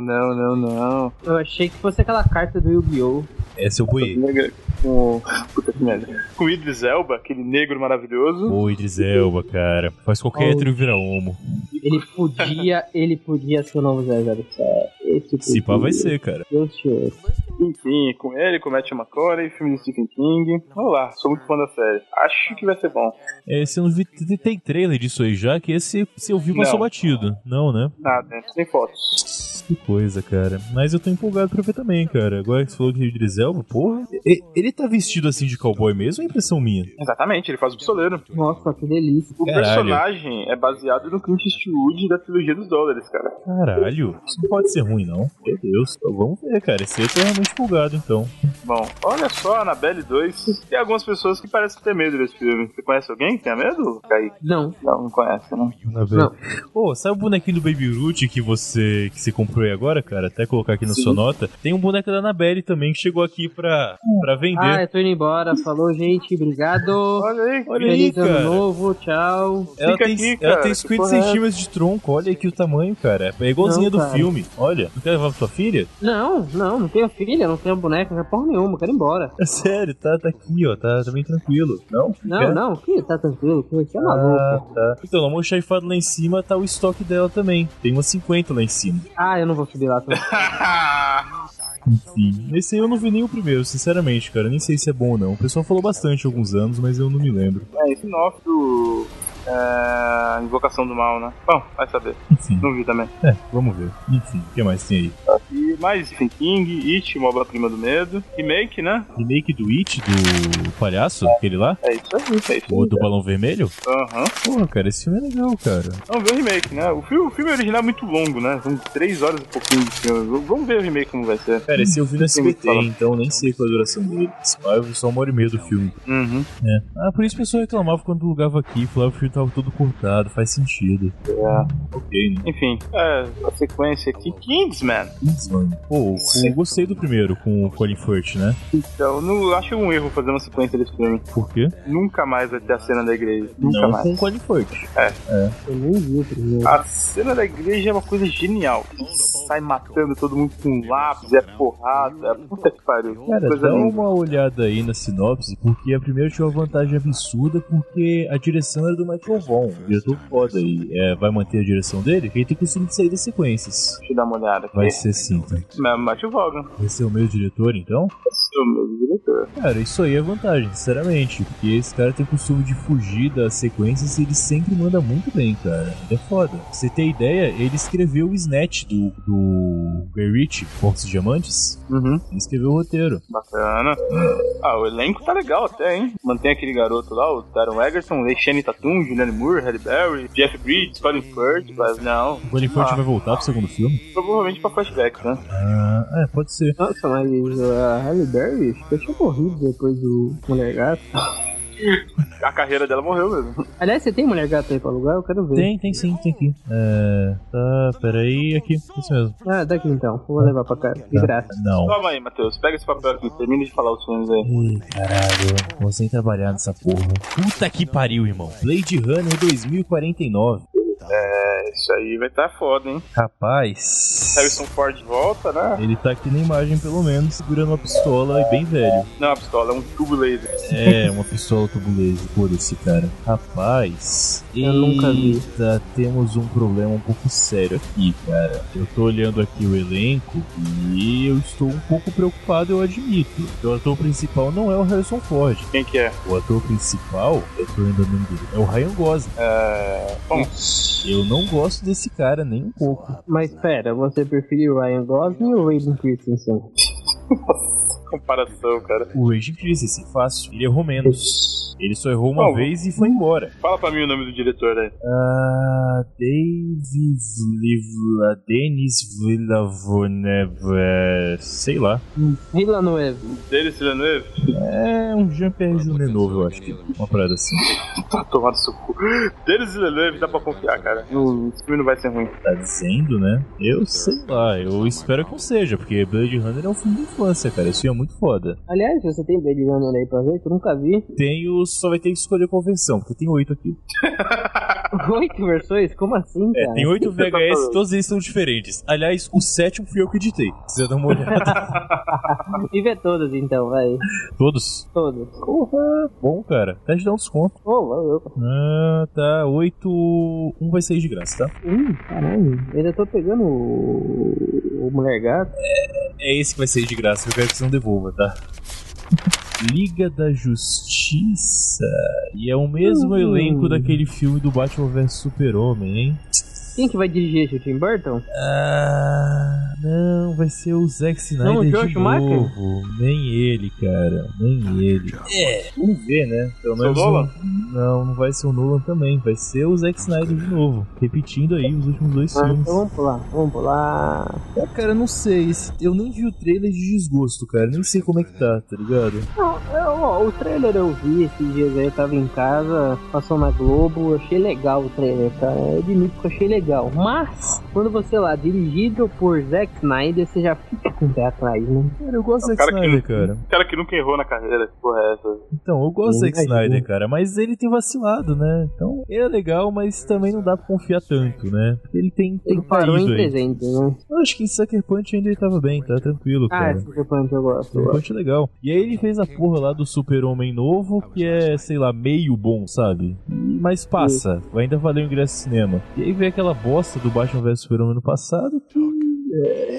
Speaker 4: não, não, não.
Speaker 2: Eu achei que fosse aquela carta do Yu-Gi-Oh!
Speaker 3: Essa eu boiei.
Speaker 4: Negra com. Puta que merda. Com Idris Elba, aquele negro maravilhoso.
Speaker 3: Ô, Idris Elba, cara. Faz qualquer
Speaker 2: Oh.
Speaker 3: hétero virar homo.
Speaker 2: Ele podia, ele podia ser o novo 007. Esse
Speaker 3: Se pá,
Speaker 2: podia.
Speaker 3: vai ser, cara.
Speaker 2: Deus te ouça.
Speaker 4: Enfim, com ele, com Matthew McConaughey, filme do Stephen King. Vamos lá, sou muito fã da série. Acho que vai ser bom.
Speaker 3: É, se eu não vi, tem- tem trailer disso aí já, que esse, se eu vi, passou
Speaker 4: Não.
Speaker 3: batido. Não, né?
Speaker 4: Nada, Ah, sem fotos.
Speaker 3: Que coisa, cara. Mas eu tô empolgado pra ver também, cara. Agora que você falou que o Idris Elba, porra. E- Ele tá vestido assim de cowboy mesmo? É impressão minha.
Speaker 4: Exatamente, ele faz o pistoleiro.
Speaker 2: Nossa, que delícia.
Speaker 4: O
Speaker 3: Caralho.
Speaker 4: personagem é baseado no Clint Eastwood da trilogia dos dólares, cara.
Speaker 3: Caralho. Isso não pode ser ruim, não. Meu Deus. Então, vamos ver, cara. Esse eu tô realmente empolgado, então.
Speaker 4: Bom, olha só, Annabelle 2. Tem algumas pessoas que parecem ter medo desse filme. Você conhece alguém que tenha medo, Kaique?
Speaker 2: Não,
Speaker 4: Não, não conhece, né?
Speaker 3: Na
Speaker 2: Não.
Speaker 3: Ô, sabe o bonequinho do Baby Root que você, que você comprou aí agora, cara? Até colocar aqui na sua nota. Tem um boneco da Annabelle também que chegou aqui pra, pra
Speaker 2: Ah,
Speaker 3: vender.
Speaker 2: eu tô indo embora. Falou, gente. Obrigado.
Speaker 4: Olha aí,
Speaker 3: Olha aí,
Speaker 2: Feliz ano
Speaker 3: cara.
Speaker 2: novo. Tchau.
Speaker 3: Ela
Speaker 4: Fica
Speaker 3: tem,
Speaker 4: aqui,
Speaker 3: ela
Speaker 4: cara,
Speaker 3: tem
Speaker 4: que
Speaker 3: 50
Speaker 4: porra é essa?
Speaker 3: centímetros de tronco, olha aqui o tamanho, cara. É igualzinha
Speaker 2: Não,
Speaker 3: do
Speaker 2: cara.
Speaker 3: filme. Olha, não quer levar pra sua filha?
Speaker 2: Não, não, não tenho filha, não tenho boneca, não tenho porra nenhuma. Quero ir embora.
Speaker 3: É sério, tá, tá aqui, ó, tá, tá bem tranquilo. Não?
Speaker 2: Não,
Speaker 3: Quer?
Speaker 2: não, que tá tranquilo. Que que é
Speaker 3: Ah,
Speaker 2: maluco.
Speaker 3: tá. Então, lá almoxarifado lá em cima tá o estoque dela também. Tem umas 50 lá em cima.
Speaker 2: Ah, eu não vou subir lá. Tô...
Speaker 3: Sim. Esse aí eu não vi nem o primeiro, sinceramente, cara. Nem sei se é bom ou não. O pessoal falou bastante há alguns anos, mas eu não me lembro.
Speaker 4: É, esse novo do. É, Invocação do Mal, né? Bom, vai saber.
Speaker 3: Enfim,
Speaker 4: Não vi também.
Speaker 3: é, vamos ver. Enfim, o que mais tem aí?
Speaker 4: E mais Stephen King, It, uma obra-prima do medo. Remake, né?
Speaker 3: Remake do It, do palhaço, aquele lá?
Speaker 4: É isso aí, é isso
Speaker 3: Ou
Speaker 4: aí.
Speaker 3: do balão vermelho?
Speaker 4: Aham.
Speaker 3: Porra, cara, esse filme é legal, cara.
Speaker 4: Vamos ver o remake, né? O filme, o filme original é muito longo, né? São três horas e pouquinho de filme. V- Vamos ver o remake como vai ser.
Speaker 3: Cara, esse eu vi no SBT,
Speaker 4: Fala.
Speaker 3: então nem sei qual a duração dele. Esse lá Eu vi só uma hora e meia do filme.
Speaker 4: Uhum.
Speaker 3: É. Ah, por isso o pessoal reclamava quando alugava aqui, falava que o filme tava todo cortado, faz sentido. É. Ok, né?
Speaker 4: Enfim, é, a sequência aqui. Kingsman.
Speaker 3: Isso, mano. Pô, eu gostei do primeiro com o Colin Firth, né?
Speaker 4: Então, não acho um erro fazer uma sequência desse filme.
Speaker 3: Por quê?
Speaker 4: Nunca mais vai ter a cena da igreja. Nunca
Speaker 3: Não
Speaker 4: mais.
Speaker 3: com o Colin Firth.
Speaker 2: Eu nem vi o primeiro.
Speaker 4: A cena da igreja é uma coisa genial. Sai matando todo mundo com lápis, é porrada, é puta que pariu.
Speaker 3: Cara, então
Speaker 4: coisa
Speaker 3: dá
Speaker 4: linda.
Speaker 3: uma olhada aí na sinopse, porque a primeira tinha uma vantagem absurda, porque a direção era do Michael Vaughn, o diretor foda aí. É, vai manter a direção dele? Porque ele tem costume de sair das sequências.
Speaker 4: Deixa eu dar uma olhada aqui.
Speaker 3: Vai ser sim, tá?
Speaker 4: Mas Matthew Vaughan,
Speaker 3: Vai ser o meu diretor, então?
Speaker 4: esse é o meu diretor.
Speaker 3: Cara, isso aí é vantagem, sinceramente. Porque esse cara tem o costume de fugir das sequências e ele sempre manda muito bem, cara. Ele é foda. Pra você ter ideia, ele escreveu o Snatch do, do Guy Ritchie, Porcos e Diamantes.
Speaker 4: Uhum.
Speaker 3: Ele escreveu o roteiro.
Speaker 4: Bacana. Ah, o elenco tá legal até, hein? Mantém aquele garoto lá, o Taron Egerton, Leixane Tatum, Julianne Moore, Halle Berry, Jeff Bridges, Colin Firth, mas não.
Speaker 3: O Colin Firth
Speaker 4: Ah.
Speaker 3: vai voltar pro segundo filme?
Speaker 4: Provavelmente pra flashback, né?
Speaker 3: Ah, é, pode ser.
Speaker 2: Nossa, mas é a Halle Berry eu tinha morrido depois do Mulher Gato.
Speaker 4: A carreira dela morreu mesmo.
Speaker 2: Aliás, você tem Mulher Gato aí pra alugar? Eu quero ver.
Speaker 3: Tem, tem sim, tem aqui. É. Tá, peraí, aqui. Isso mesmo.
Speaker 2: Ah, daqui então. Vou levar pra cá. De graça.
Speaker 3: Não.
Speaker 4: Toma aí, Matheus. Pega esse papel aqui, termina de falar os filmes aí.
Speaker 3: Ih, caralho, vou sem trabalhar nessa porra. Puta que pariu, irmão. Blade Runner 2049.
Speaker 4: É, isso aí vai tá foda, hein?
Speaker 3: Rapaz.
Speaker 4: Harrison Ford volta, né?
Speaker 3: Ele tá aqui na imagem, pelo menos, segurando uma pistola e bem velho.
Speaker 4: Não, a pistola é um tubo laser.
Speaker 3: É, uma pistola tubuleza, por esse cara. Rapaz.
Speaker 2: Eu nunca vi.
Speaker 3: Eita, temos um problema um pouco sério aqui, cara. Eu tô olhando aqui o elenco e eu estou um pouco preocupado, eu admito. O ator principal não é o Harrison Ford.
Speaker 4: Quem que é?
Speaker 3: O ator principal, eu tô lembrando o nome dele, é o Ryan Gosling.
Speaker 4: É. Bom,
Speaker 3: Eu não gosto desse cara nem um pouco.
Speaker 2: Mas pera, você prefere o Ryan Gosling ou o Aiden Christensen?
Speaker 4: comparação, cara.
Speaker 3: O Raging Chris, esse fácil, ele errou menos. Ele só errou uma
Speaker 4: Bom,
Speaker 3: vez e foi embora.
Speaker 4: Fala pra mim o nome do diretor aí.
Speaker 3: Ah, David Villa, Denis Villeneuve, sei lá.
Speaker 2: Villanueva.
Speaker 4: Denis Villeneuve?
Speaker 3: É um Jean-Pierre Villeneuve, eu acho que. Uma parada assim.
Speaker 4: Tá tomando seu cu. Denis Villeneuve, dá pra confiar, cara. O esse filme não vai ser ruim.
Speaker 3: Tá dizendo, né? Eu sei lá, eu espero que não seja, porque Blade Runner é um filme de infância, cara. Isso é muito muito foda.
Speaker 2: Aliás, você tem Blade Runner aí pra ver? Que eu nunca vi.
Speaker 3: Tem os. Só vai ter que escolher qual versão, porque tem oito aqui.
Speaker 2: Oito versões? Como assim,
Speaker 3: É,
Speaker 2: cara?
Speaker 3: tem oito VHS, todos eles são diferentes. Aliás, o sétimo fui eu que editei. Precisa dar uma olhada.
Speaker 2: E vê todas então, vai.
Speaker 3: Todos.
Speaker 2: Todas.
Speaker 3: Bom, cara. Até te dar um desconto.
Speaker 2: Ô, valeu.
Speaker 3: Ah, tá. Oito. Um vai sair de graça, tá?
Speaker 2: Hum, caralho. Eu ainda tô pegando o. O Mulher Gato.
Speaker 3: É esse que vai sair de graça. Eu quero que você não devolva, tá? Liga da Justiça. E é o mesmo
Speaker 2: Uhum.
Speaker 3: elenco daquele filme do Batman vs Super-Homem, hein?
Speaker 2: Quem que vai dirigir esse? O Tim Burton?
Speaker 3: Ah, não, vai ser o Zack Snyder
Speaker 2: Não, o Joel
Speaker 3: de
Speaker 2: Schumacher?
Speaker 3: novo. Nem ele, cara, nem ele. É, vamos ver, né? Pelo
Speaker 4: Seu Nolan?
Speaker 3: Não, não, não vai ser o Nolan também, vai ser o Zack Snyder de novo, repetindo aí os últimos dois
Speaker 2: Ah,
Speaker 3: filmes.
Speaker 2: então vamos pular, vamos pular.
Speaker 3: É, cara, eu não sei, esse- eu nem vi o trailer de desgosto, cara, nem sei como é que tá, tá ligado?
Speaker 2: Não, eu, ó, o trailer eu vi esses dias aí, eu tava em casa, passou na Globo, eu achei legal o trailer, cara. Eu admito que eu achei legal. Mas, quando você lá, dirigido por Zack Snyder, você já fica com o pé atrás, né?
Speaker 3: Cara, eu gosto do
Speaker 4: É o
Speaker 3: Zack
Speaker 4: cara que-
Speaker 3: Snyder, cara.
Speaker 4: O cara que nunca errou na carreira, que porra, é essa.
Speaker 3: Então, eu gosto do Zack
Speaker 2: Imagina.
Speaker 3: Snyder, cara, mas ele tem vacilado, né? Então, ele é legal, mas também não dá pra confiar tanto, né? Porque Ele tem, tem
Speaker 2: Ele parou em
Speaker 3: caído aí.
Speaker 2: presente, né?
Speaker 3: Eu acho que em Sucker Punch ainda ele tava bem, tá tranquilo,
Speaker 2: Ah,
Speaker 3: cara.
Speaker 2: esse Cyberpunk eu gosto. eu
Speaker 3: Sucker
Speaker 2: gosto.
Speaker 3: Punch é legal. E aí ele fez a porra lá do Super-Homem novo, que é, sei lá, meio bom, sabe? Mas passa, ainda valeu o ingresso de cinema. E aí veio aquela bosta do Batman vs Super-Homem no passado, que...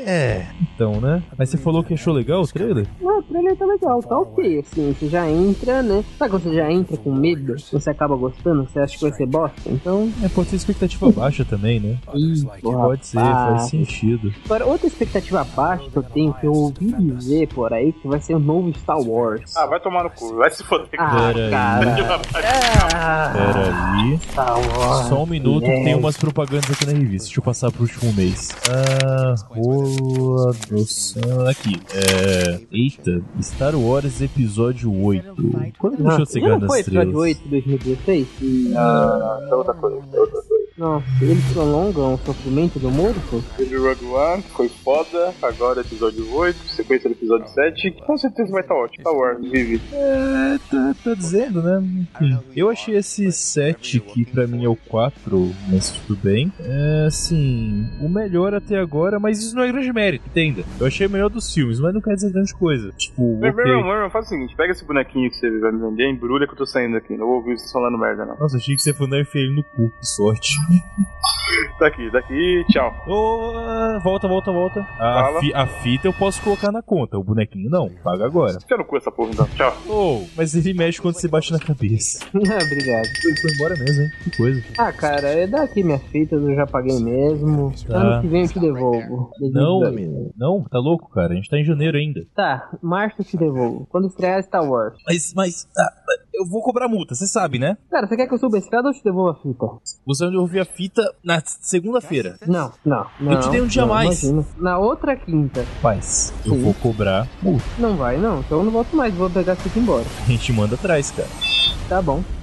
Speaker 3: É... Então, né? Mas você falou que achou legal o trailer?
Speaker 2: Não, o trailer tá legal, tá ok, assim, você já entra, né? Sabe quando você já entra com medo, você acaba gostando, você acha que vai ser bosta? Então,
Speaker 3: É, pode ser expectativa baixa também, né?
Speaker 2: ih, porra,
Speaker 3: Pode ser, faz
Speaker 2: Ah.
Speaker 3: sentido.
Speaker 2: Agora, outra expectativa baixa que eu tenho, que eu ouvi dizer por aí, que vai ser o novo Star Wars.
Speaker 4: Ah, vai tomar no cu, vai se foder.
Speaker 2: Ah,
Speaker 3: peraí.
Speaker 2: cara. Ah,
Speaker 3: Peraí,
Speaker 2: Star Wars.
Speaker 3: só um minuto,
Speaker 2: né?
Speaker 3: tem umas propagandas aqui na revista. Deixa eu passar pro último mês. Ah, rola do céu. Aqui, é. Eita, Star Wars Episódio 8. Quando deixou de ser
Speaker 2: Não,
Speaker 3: Guerra
Speaker 2: não
Speaker 3: das
Speaker 2: foi
Speaker 3: Estrelas?
Speaker 2: episódio 8 de 2016?
Speaker 4: É outra coisa, é outra coisa.
Speaker 2: Nossa, eles prolongam o um sofrimento do morto?
Speaker 4: Teve Rogue One, foi foda, agora é episódio 8, sequência do episódio 7, que com certeza vai estar ótimo. Tá Star Wars, vive.
Speaker 3: É, tá, tá dizendo, né? Enfim. Eu achei esse 7 que pra mim é o 4, mas tudo bem. É, assim, o melhor até agora, mas isso não é grande mérito, entenda. Eu achei o melhor dos filmes, mas não quer dizer grande coisa. Tipo,
Speaker 4: Meu, meu, meu,
Speaker 3: ok.
Speaker 4: meu, meu, faz o seguinte, pega esse bonequinho que você vai me vender, embrulha que eu tô saindo aqui, não vou ouvir vocês falando merda não.
Speaker 3: Nossa, achei que você foi dar ele no cu, que sorte.
Speaker 4: Daqui, daqui, tá tchau.
Speaker 3: Ô, ah, volta, volta, volta. A,
Speaker 4: Fala.
Speaker 3: fi- a fita eu posso colocar na conta, o bonequinho não, paga agora.
Speaker 4: Fica no cu essa porra então, tchau.
Speaker 3: Ô, mas ele mexe quando você bate na cabeça.
Speaker 2: Obrigado.
Speaker 3: Ele foi embora mesmo, hein? Que coisa.
Speaker 2: Ah, cara, eu dá aqui minhas fitas, eu já paguei mesmo.
Speaker 3: Tá.
Speaker 2: Ano que vem eu te devolvo.
Speaker 3: Não,
Speaker 2: 2022.
Speaker 3: meu, não, tá louco, cara, a gente tá em janeiro ainda.
Speaker 2: Tá, março eu te devolvo. Quando estrear Star Wars.
Speaker 3: Mas, mas, ah, eu vou cobrar multa, você sabe, né?
Speaker 2: Cara, você quer que eu suba a escada ou eu te devolvo a fita?
Speaker 3: Você vai devolver a fita na segunda-feira.
Speaker 2: Não, não, não.
Speaker 3: te dei um dia a
Speaker 2: não,
Speaker 3: mais.
Speaker 2: imagina. Na outra quinta.
Speaker 3: Rapaz, eu
Speaker 2: Sim.
Speaker 3: vou cobrar multa.
Speaker 2: Não vai, não. Então eu não volto mais, vou pegar a fita e ir embora.
Speaker 3: A gente manda atrás, cara.
Speaker 2: Tá bom.